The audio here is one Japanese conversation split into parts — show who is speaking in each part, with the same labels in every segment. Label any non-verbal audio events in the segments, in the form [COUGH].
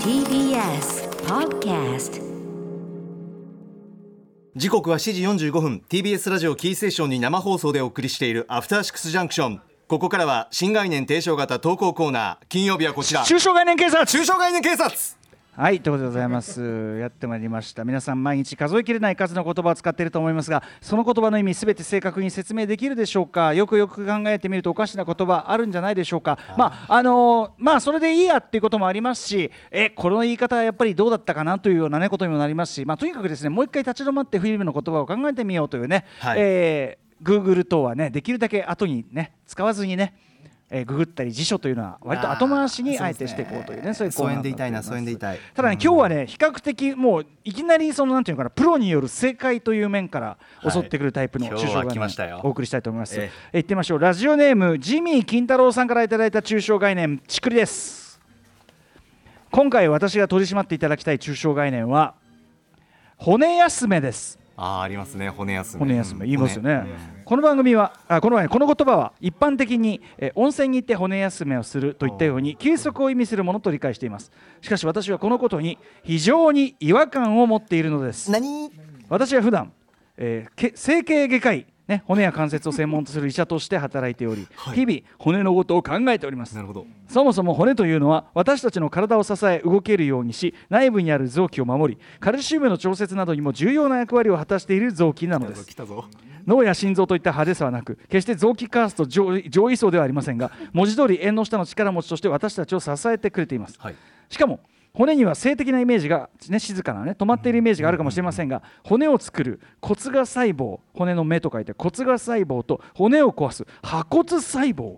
Speaker 1: TBS Podcast
Speaker 2: 時刻は7時45分 TBS ラジオキーステーションに生放送でお送りしているアフターシックスジャンクションここからは新概念提唱型投稿コーナー金曜日はこちら
Speaker 3: 中小概念警察
Speaker 2: 中小概念警察
Speaker 3: はいということでございますやってまいりました皆さん毎日数えきれない数の言葉を使っていると思いますがその言葉の意味すべて正確に説明できるでしょうかよくよく考えてみるとおかしな言葉あるんじゃないでしょうかまああのーまあそれでいいやっていうこともありますしえこの言い方はやっぱりどうだったかなというようなねことにもなりますしまあとにかくですねもう一回立ち止まってフィルムの言葉を考えてみようというね、
Speaker 2: はい
Speaker 3: えー Google 等はねできるだけ後にね使わずにねえーググったり辞書というのは割と後回しにあえてしていこうというねそういうコーナー
Speaker 2: 疎遠でいたいな
Speaker 3: と思
Speaker 2: 疎遠でいたい
Speaker 3: ただね今日はね比較的もういきなりそのなんていうのかなプロによる正解という面から
Speaker 2: い
Speaker 3: 襲ってくるタイプの
Speaker 2: 今
Speaker 3: 抽
Speaker 2: 日は
Speaker 3: 象概
Speaker 2: 来
Speaker 3: 念
Speaker 2: ましたよ
Speaker 3: をお送りしたいと思います
Speaker 2: え
Speaker 3: え行ってみましょうラジオネームジミー金太郎さんからいただいた抽象概念ちくりです今回私が取り締まっていただきたい抽象概念は骨休めです
Speaker 2: あーありますね骨休め
Speaker 3: 骨休
Speaker 2: う
Speaker 3: め
Speaker 2: ん
Speaker 3: 言いますよね、
Speaker 2: 骨うん
Speaker 3: この番組はあこの前この言葉は一般的に、えー温泉に行って骨休めをするといったように休息を意味するものと理解していますしかし私はこのことに非常に違和感を持っているのです
Speaker 2: 何
Speaker 3: 私は普段、えーけ整形外科医ね、骨や関節を専門とする医者として働いており、
Speaker 2: はい
Speaker 3: 日々骨のことを考えております
Speaker 2: なるほど
Speaker 3: そもそも骨というのは私たちの体を支え動けるようにし内部にある臓器を守りカルシウムの調節などにも重要な役割を果たしている臓器なのです
Speaker 2: 来たぞ
Speaker 3: 脳や心臓といった派手さはなく決して臓器カースト上位上位層ではありませんが文字通り縁の下の力持ちとして私たちを支えてくれています
Speaker 2: はい
Speaker 3: しかも骨には性的なイメージが、ね、静かなね止まっているイメージがあるかもしれませんが骨を作る骨芽細胞骨の目と書いて骨芽細胞と骨を壊す破骨細胞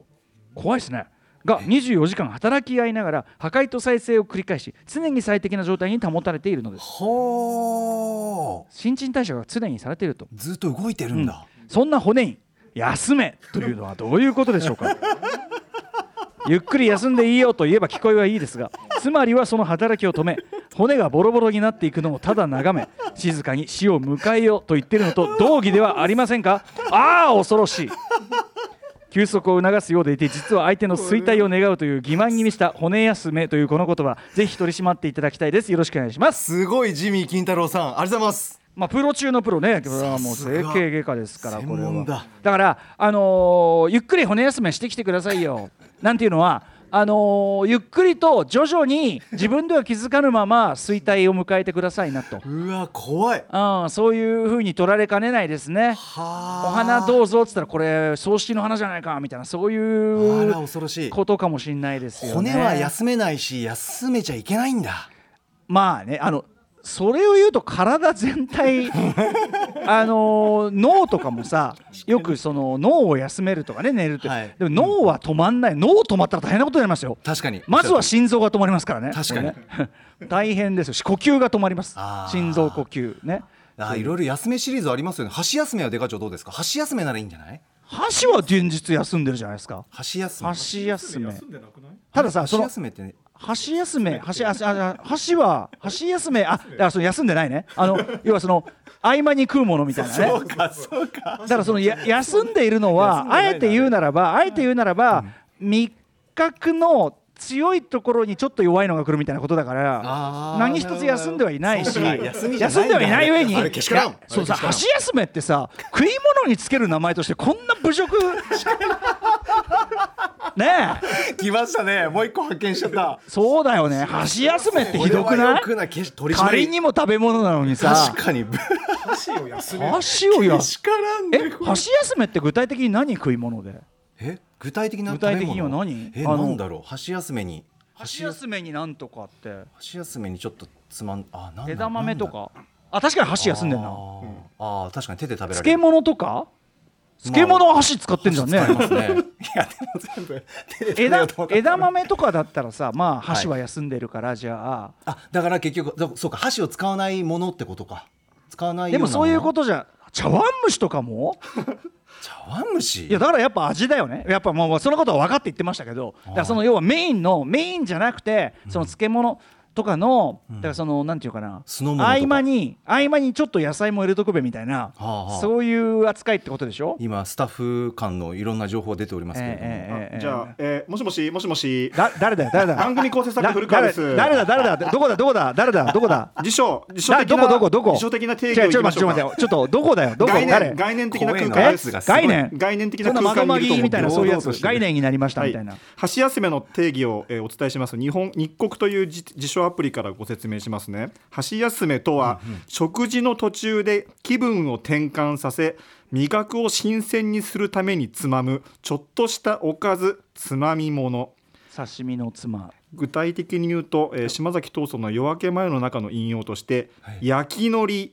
Speaker 3: 怖いですねが24時間働き合いながら破壊と再生を繰り返し常に最適な状態に保たれているのです
Speaker 2: ほー
Speaker 3: 新陳代謝が常にされていると
Speaker 2: ずっと動いてるんだ、
Speaker 3: そんな骨に休めというのはどういうことでしょうかゆっくり休んでいいよと言えば聞こえはいいですがつまりはその働きを止め骨がボロボロになっていくのをただ眺め静かに死を迎えよと言ってるのと同義ではありませんかああ恐ろしい休息を促すようでいて実は相手の衰退を願うという欺瞞に満ちた骨休めというこの言葉ぜひ取り締まっていただきたいですよろしくお願いします
Speaker 2: すごいジミー金太郎さんありがとうございます
Speaker 3: まあ、プロ中のプロね、これはもう
Speaker 2: さす
Speaker 3: 整
Speaker 2: が
Speaker 3: 形外科ですから、
Speaker 2: 専
Speaker 3: これ
Speaker 2: 門
Speaker 3: は。
Speaker 2: だ
Speaker 3: だから、あのーゆっくり骨休めしてきてくださ
Speaker 2: [LAUGHS]
Speaker 3: いよ。なんていうのは、あのーゆっくりと徐々に自分では気づかぬまま衰退を迎えてくださいなと。
Speaker 2: うわ怖い
Speaker 3: うん、そういうふうに取られかねないですね。
Speaker 2: は
Speaker 3: お花ど
Speaker 2: う
Speaker 3: うぞっつったら、これ葬式の花じゃないかみたいな、そう
Speaker 2: あ
Speaker 3: い
Speaker 2: ら
Speaker 3: う
Speaker 2: 恐ろしい
Speaker 3: ことかもしれないですよね。
Speaker 2: 骨は休めないし休めちゃいけないんだ
Speaker 3: まあねあのそれを言うと体全
Speaker 2: [LAUGHS]
Speaker 3: 体あの脳とかもさよくその脳を休めるとかね寝るって、
Speaker 2: はい
Speaker 3: でも脳は止まんない、脳止まったら大変なことになりますよ
Speaker 2: 確かに
Speaker 3: まずは心臓が止まりますからね
Speaker 2: 確かに
Speaker 3: これね [LAUGHS] 大変ですよ呼吸が止まります
Speaker 2: あー
Speaker 3: 心臓呼吸ね
Speaker 2: あいろいろ休めシリーズありますよね箸休めはデカ長どうですか箸休めならいいんじゃない
Speaker 3: 箸は現実休んでるじゃないですか
Speaker 2: 箸休め
Speaker 3: 箸休めたださそ
Speaker 2: 箸
Speaker 3: の
Speaker 2: 休めってね
Speaker 3: 箸休め、箸、あ、あ、あ箸は、箸休め、あ、だからその休んでないね。あの、要はその、合間に食うものみたいなね。そうか、そうか。だからその、や、休んでいるのは、あえて言うならば、あえて言うならば、味覚の。強いところにちょっと弱いのが来るみたいなことだから
Speaker 2: あー
Speaker 3: 何一つ休んではいないし
Speaker 2: そうか休みじゃないんだ
Speaker 3: 休んではいない上に
Speaker 2: あれけしからん
Speaker 3: いやそうさ
Speaker 2: あれけしからん
Speaker 3: 箸休めってさ食い物につける名前としてこんな侮
Speaker 2: [LAUGHS]
Speaker 3: 辱ねえ
Speaker 2: 来ましたねもう一個発見しちゃった
Speaker 3: そうだよね箸休め [LAUGHS] ってひどく
Speaker 2: これは
Speaker 3: な
Speaker 2: 良
Speaker 3: い
Speaker 2: くないけし取り締まり
Speaker 3: 仮にも食べ物なのにさ
Speaker 2: 確かに
Speaker 4: 箸を休める
Speaker 3: 箸をや
Speaker 2: けしからん
Speaker 3: え
Speaker 2: ねこれ
Speaker 3: 箸休めって具体的に何食い物で
Speaker 2: え具体的な
Speaker 3: 具体的には何
Speaker 2: 食べ
Speaker 3: あ
Speaker 2: 物
Speaker 3: の
Speaker 2: えなんだろう箸休めに
Speaker 3: 箸休めになんとかって
Speaker 2: 箸休めにちょっとつまんあなんだ
Speaker 3: 枝豆とかあ確かに箸休んでん
Speaker 2: あ
Speaker 3: な
Speaker 2: ーあー確かに手で食べられ
Speaker 3: 漬
Speaker 2: る
Speaker 3: 物とか漬物は箸使ってんじゃんね
Speaker 2: [LAUGHS] 使いますねいやでも全部手で食べよ
Speaker 3: 枝
Speaker 2: うと思った
Speaker 3: 枝豆とかだったらさまあ箸は休んでるからじゃあ
Speaker 2: あだから結局だそうか箸を使わないものってことか使わない
Speaker 3: でもそういうこととじゃ茶碗蒸しとかも
Speaker 2: 茶碗蒸し
Speaker 3: いやだからやっぱ味だよねやっぱもうそのことは分かって言ってましたけどだからその要はメインのメインじゃなくてその漬物とかの、だからそのなんていうかな
Speaker 2: 酢の物とか
Speaker 3: 合間に合間にちょっと野菜も入れとくべみたいな、
Speaker 2: あはあ
Speaker 3: そういう扱いってことでしょ、
Speaker 2: 今スタッフ間のいろんな情報が出ておりますけれども、
Speaker 3: ええええええ
Speaker 4: じゃあ、えーもしもしもしもし
Speaker 3: だ誰だよ誰だ
Speaker 4: 番組構成作家古川です
Speaker 3: 誰だ誰だ誰だどこだどこだ誰だどこだ
Speaker 4: 辞書辞書
Speaker 3: だ
Speaker 4: 的
Speaker 3: ど
Speaker 4: な
Speaker 3: こどこどこ
Speaker 4: 辞書的な定義を
Speaker 3: 違うちょっ
Speaker 4: 言い
Speaker 3: と
Speaker 4: ま
Speaker 3: 待
Speaker 4: しょう
Speaker 3: ってちょっ
Speaker 4: か
Speaker 3: と待ってちょっとどこだよどこ
Speaker 4: 概
Speaker 3: 誰
Speaker 4: 念概念的な空
Speaker 2: 怖え
Speaker 4: 間
Speaker 2: な
Speaker 4: で
Speaker 3: え
Speaker 4: す
Speaker 2: がすごい
Speaker 3: 概念
Speaker 4: 概念的
Speaker 3: そ
Speaker 4: な
Speaker 3: な
Speaker 4: ん
Speaker 3: ま
Speaker 4: 空
Speaker 3: と
Speaker 4: 間
Speaker 3: ま
Speaker 4: にいる
Speaker 3: り
Speaker 4: と
Speaker 3: みたいな
Speaker 4: 思
Speaker 3: そうういうや
Speaker 4: 堂々と
Speaker 3: つ
Speaker 4: して
Speaker 3: 概念になりましたみたいな、
Speaker 4: はい、箸休めの定義を、えーお伝えします日本日国という辞辞書アプリからご説明しますね箸休めとは、食事の途中で気分を転換させ味覚を新鮮にするためにつまむちょっとしたおかずつまみもの
Speaker 3: 刺身の妻
Speaker 4: 具体的に言うと、えー島崎藤村の夜明け前の中の引用として、
Speaker 2: はい
Speaker 4: 焼き海苔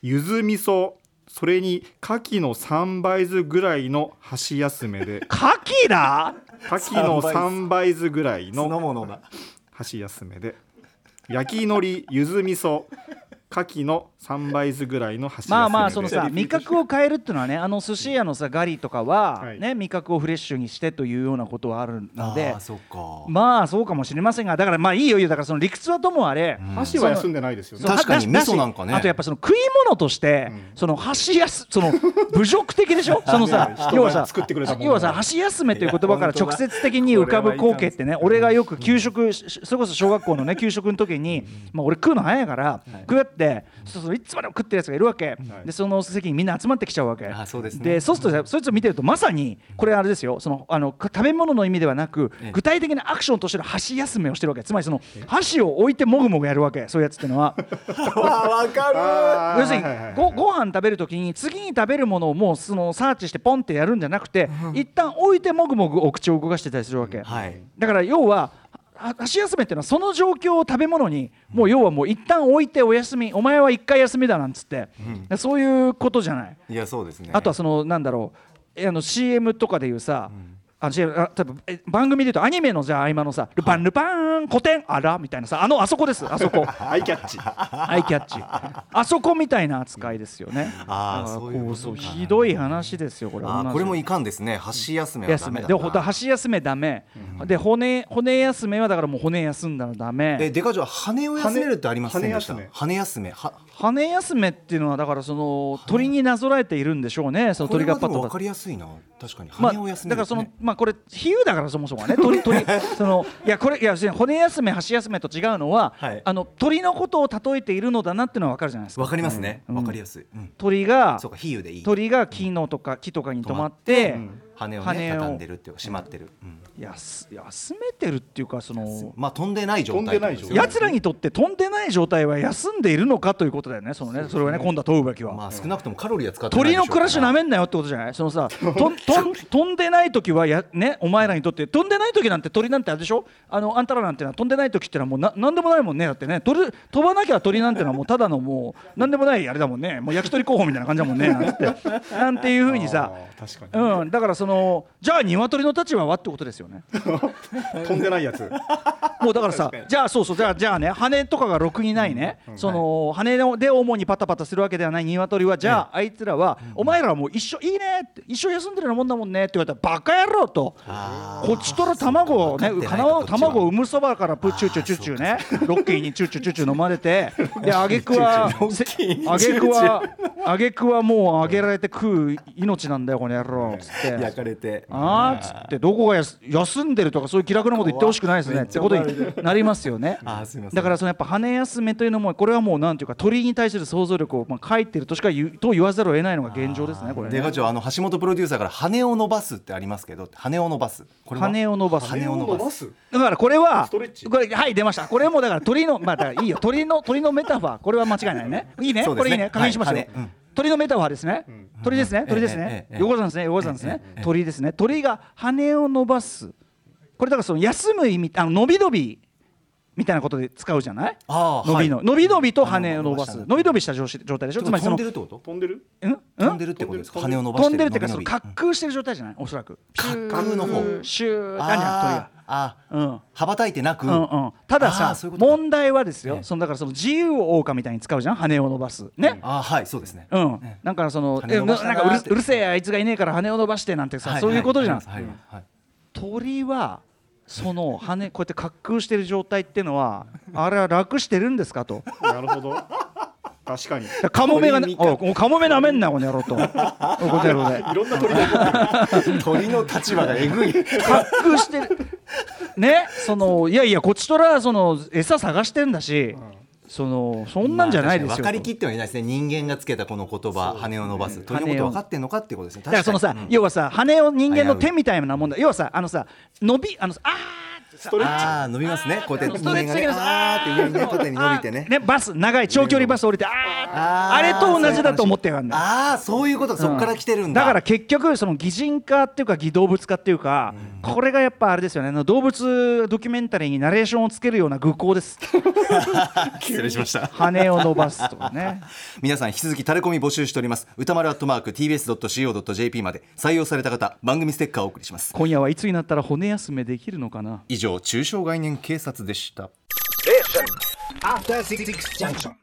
Speaker 4: ゆず味噌それに牡蠣の3倍酢ぐらいの箸休め
Speaker 3: [LAUGHS]
Speaker 4: で
Speaker 3: 牡蠣だ
Speaker 4: 牡蠣の3倍酢ぐらいの
Speaker 2: 酢の物が
Speaker 4: 箸休めで焼き海苔ゆず味噌牡蠣の3倍酢ぐらいの箸休めで
Speaker 3: まあまあそのさ味覚を変えるっていうのはねあの寿司屋のさガリとかは
Speaker 4: はい
Speaker 3: ね味覚をフレッシュにしてというようなことはあるので
Speaker 2: ああそっか、
Speaker 3: まあそうかもしれませんがだからまあいいよいいよだからその理屈はともあれ
Speaker 4: 箸は休んでないですよね
Speaker 3: そう
Speaker 2: 確かに
Speaker 3: だだし
Speaker 2: 味噌なんかね
Speaker 3: あとやっぱその食い物として、その箸休その侮辱的でしょそのさ
Speaker 4: いやいや
Speaker 3: 要はさ
Speaker 4: 人が作ってくれたもんだ
Speaker 3: 要はさ箸休めという言葉から
Speaker 2: いや本当
Speaker 3: 直
Speaker 2: だ
Speaker 3: 接的に浮かぶ光景ってね俺がよく給食ししそれこそ小学校のね給食の時に、まあ、俺食うの早いから、食うやってそうそういつまでも食ってるやつがいるわけ、でその席にみんな集まってきちゃうわけ
Speaker 2: あそうですね
Speaker 3: でそうするとさそいつを見てるとまさにこれあれですよそのあのか食べ物の意味ではなく
Speaker 2: ええ
Speaker 3: 具体的なアクションとしての箸休めをしてるわけつまりその箸を置いてもぐもぐやるわけそういうやつっていうのは。
Speaker 2: わかる
Speaker 4: あー
Speaker 3: 要するに
Speaker 4: はいはいはい
Speaker 3: ごご飯食べるときに次に食べるものをもうそのサーチしてポンってやるんじゃなくて、一旦置いてもぐもぐお口を動かしてたりするわけ、
Speaker 2: はい
Speaker 3: だから要はは箸休めっていうのはその状況を食べ物にもう要はもう一旦置いてお休みお前は一回休みだなんつって、そういうことじゃない、
Speaker 2: いやそうですね
Speaker 3: あとはそのなんだろうえあの CM とかでいうさ、あの CM あ多分え番組で言うとアニメのじゃあ合間のさ「ルパンルパン古典あら」みたいなさあのあそこ
Speaker 2: [LAUGHS]
Speaker 3: ですあそこ。
Speaker 4: アイキャッチ
Speaker 3: アイキャッチあそこみたいな扱いですよね
Speaker 2: あー
Speaker 3: だから
Speaker 2: そういうことか
Speaker 3: こうそうひどい話ですよこれ
Speaker 2: あーこれも
Speaker 3: い
Speaker 2: いかんですね箸休めはダ
Speaker 3: 休
Speaker 2: メ
Speaker 3: め
Speaker 2: だ
Speaker 3: でほだ
Speaker 2: な
Speaker 3: 箸休めダメ、で骨骨休めはだからもう骨休んだらダ
Speaker 2: え
Speaker 3: メ
Speaker 2: でかじょ羽を休めるってありませんでした
Speaker 4: 羽
Speaker 2: 羽休めは
Speaker 3: 羽休めっていうのはだからその鳥になぞらえているんでしょうねその
Speaker 2: これ
Speaker 3: 鳥
Speaker 2: はで
Speaker 3: がパッ
Speaker 2: も
Speaker 3: と
Speaker 2: 分かりやすいな確かに
Speaker 3: まあ、
Speaker 2: 羽を
Speaker 3: だ
Speaker 2: 休め
Speaker 3: か
Speaker 2: る
Speaker 3: ら
Speaker 2: って
Speaker 3: そ
Speaker 2: ね、
Speaker 3: の、まあ、これ比喩だからそもそもはね
Speaker 2: [LAUGHS]
Speaker 3: 鳥鳥そのいやこれいや骨休め箸休めと違うのは、
Speaker 2: はい
Speaker 3: あの鳥のことを例えているのだなっていうのは分かるじゃないですか
Speaker 2: 分かりますね、
Speaker 3: うん
Speaker 2: 分かりやすい、うん
Speaker 3: 鳥が
Speaker 2: そうか比喩でいい
Speaker 3: 鳥が木のとか木とかに止まって、
Speaker 2: 羽を
Speaker 3: 羽
Speaker 2: ね
Speaker 3: を
Speaker 2: 畳んでるっていうかしまってる、うん
Speaker 3: やす休めてるっていうかその
Speaker 2: まあ飛んでない状態
Speaker 4: 飛んでない状態
Speaker 3: やつらにとって飛んでない状態は休んでいるのかということだよねそのねそれはね今度は問うべきは、
Speaker 2: まあ少なくともカロリーは使ってない
Speaker 3: 鳥
Speaker 2: でしょ
Speaker 3: の
Speaker 2: うから
Speaker 3: 暮らしなめんなよってことじゃないそのさとんとん飛んでない時はやねお前らにとって飛んでない時なんて鳥なんてあれでしょあのあんたらなんてのは飛んでない時ってのはもうななんでもないもんねだってね鳥飛ばなきゃ鳥なんてのはもうただのもうなんでもないあれだもんねもう焼き鳥候補みたいな感じだもんねなんつ [LAUGHS] ってなんていうふうにさ
Speaker 4: あー確かに、
Speaker 3: うん、だからそのじゃあ鶏の立場はってことですよね。
Speaker 4: 飛んでないやつ
Speaker 3: もうだからさ
Speaker 4: 確かに
Speaker 3: じゃあそうそうじゃあじゃあね羽とかがろくにないね、その羽ので主にパタパタするわけではない鶏はじゃああいつらは、お前らはもう一緒いいねって一緒休んでるようなもんだもんねって言われたらバカ野郎と。
Speaker 2: あー
Speaker 3: こっちとら卵をね、
Speaker 2: 分かってないかこ
Speaker 3: 卵
Speaker 2: っちは
Speaker 3: 卵を産むそばからプチューチューチューチューね、ロッキーにチューチューチューチュー飲まれて、で挙句はせ挙句は挙句はもうあげられて食う命なんだよこの野郎っつって。
Speaker 2: 焼かれて
Speaker 3: あーっつってどこがやす休んでるとかそういう気楽なこと言ってほしくないですねってことになりますよね
Speaker 2: [LAUGHS] あーすいません
Speaker 3: だからそのやっぱ羽休めというのもこれはもうなんていうか鳥に対する想像力をまあ書いてるとしか言うと言わざるを得ないのが現状ですねこれね
Speaker 2: でガチョあの橋本プロデューサーから羽を伸ばすってありますけど羽を伸ばすこれは
Speaker 3: 羽を伸ばす
Speaker 2: 羽を伸ばす
Speaker 4: す
Speaker 3: だからこれは
Speaker 4: ストレッチ
Speaker 3: これはい出ましたこれもだから鳥のま [LAUGHS] あだからいいよ鳥の鳥のメタファーこれは間違いないねいいね
Speaker 2: そうですね
Speaker 3: これいいね確認しましょう、
Speaker 2: はい羽うん
Speaker 3: 鳥のメタファーですね、鳥ですね鳥ですね
Speaker 2: え、えええ
Speaker 3: 横山ですね横山ですね、鳥ですね鳥が羽を伸ばすこれだからその休む意味あの伸び伸びみたいなことで使うじゃない
Speaker 2: あー
Speaker 3: 伸びの、
Speaker 2: はい
Speaker 3: 伸び伸びと羽を伸ばす
Speaker 2: うん
Speaker 3: 伸び伸びした状態でしょつまり
Speaker 2: 飛
Speaker 3: そ
Speaker 2: ん
Speaker 3: の
Speaker 2: でるってこと
Speaker 4: 飛んでる
Speaker 3: うんう
Speaker 2: 飛
Speaker 3: ん
Speaker 2: んでるってことですか
Speaker 4: 飛んで
Speaker 2: 羽
Speaker 4: る
Speaker 2: を伸ばして
Speaker 3: 飛ん
Speaker 2: る
Speaker 3: でるっていうかそ
Speaker 2: 伸
Speaker 3: の
Speaker 2: び伸び
Speaker 3: 滑空してる状態じゃないおそらく
Speaker 2: 滑空の方
Speaker 3: シューってあるじゃん鳥が
Speaker 2: あーあー
Speaker 3: うん
Speaker 2: 羽ばたいてなく、
Speaker 3: うんうん、ただ
Speaker 2: あ
Speaker 3: さ
Speaker 2: ーそういうことか
Speaker 3: 問題はですよ、そのだからその自由を謳歌みたいに使うじゃん羽を伸ばすね、
Speaker 2: あーはいそうですね、
Speaker 3: うんなんかその
Speaker 2: 羽
Speaker 3: え
Speaker 2: 伸
Speaker 3: な
Speaker 2: ばした
Speaker 3: な
Speaker 2: なんー
Speaker 3: かうる
Speaker 2: って
Speaker 3: うるせえあいつがいねえから羽を伸ばしてなんてさ、
Speaker 2: はい
Speaker 3: そういうことじゃん、
Speaker 2: はいはいはい
Speaker 3: 鳥はその羽こうやって滑空してる状態っていうのはあれは楽してるんですかと
Speaker 4: なるほど。確かに。
Speaker 3: だからカモメがな
Speaker 2: 鳥に見
Speaker 3: おいカモメなめんなこの野郎とおいこの野郎で
Speaker 4: いろんな鳥が。
Speaker 2: [LAUGHS] 鳥の立場がえぐい
Speaker 3: 滑空してるねそのいやいやこっちとらその餌探してんだし、そのそんなんじゃないですよ
Speaker 2: まあ確かに分
Speaker 3: と、
Speaker 2: かりきってはいないですね人間がつけたこの言葉羽を伸ばす鳥のこと分かってんのかっていうことですね
Speaker 3: だからそのさ、
Speaker 2: 確にうん
Speaker 3: 要はさ羽を人間の手みたいなもんだ要はさあのさ伸びあのさあー
Speaker 4: ストレッチ。
Speaker 2: ああ伸びますねこうやって
Speaker 3: ス
Speaker 2: 人
Speaker 3: トレ
Speaker 2: 間
Speaker 3: ッチ
Speaker 2: が
Speaker 3: だ
Speaker 2: ね
Speaker 3: けど
Speaker 2: あーって上にね縦に伸びてね
Speaker 3: ねバス長い長距離バス降りてあーあ
Speaker 2: あ
Speaker 3: れ
Speaker 2: ー
Speaker 3: と同じだと思ってやがんだよ
Speaker 2: ああそういうことかそこから来てるんだ
Speaker 3: だから結局その擬人化っていうか擬動物化っていうか、これがやっぱあれですよねあの動物ドキュメンタリーにナレーションをつけるような愚行です
Speaker 2: 失礼しました
Speaker 3: 羽を伸ばすとかね
Speaker 2: 皆さん引き続きタレコミ募集しております歌丸アットマーク TBS.CO.JP まで採用された方番組ステッカーをお送りします
Speaker 3: 今夜はいつになったら骨休めできるのかな
Speaker 2: 以上中小概念警察でした
Speaker 5: After Six Junction.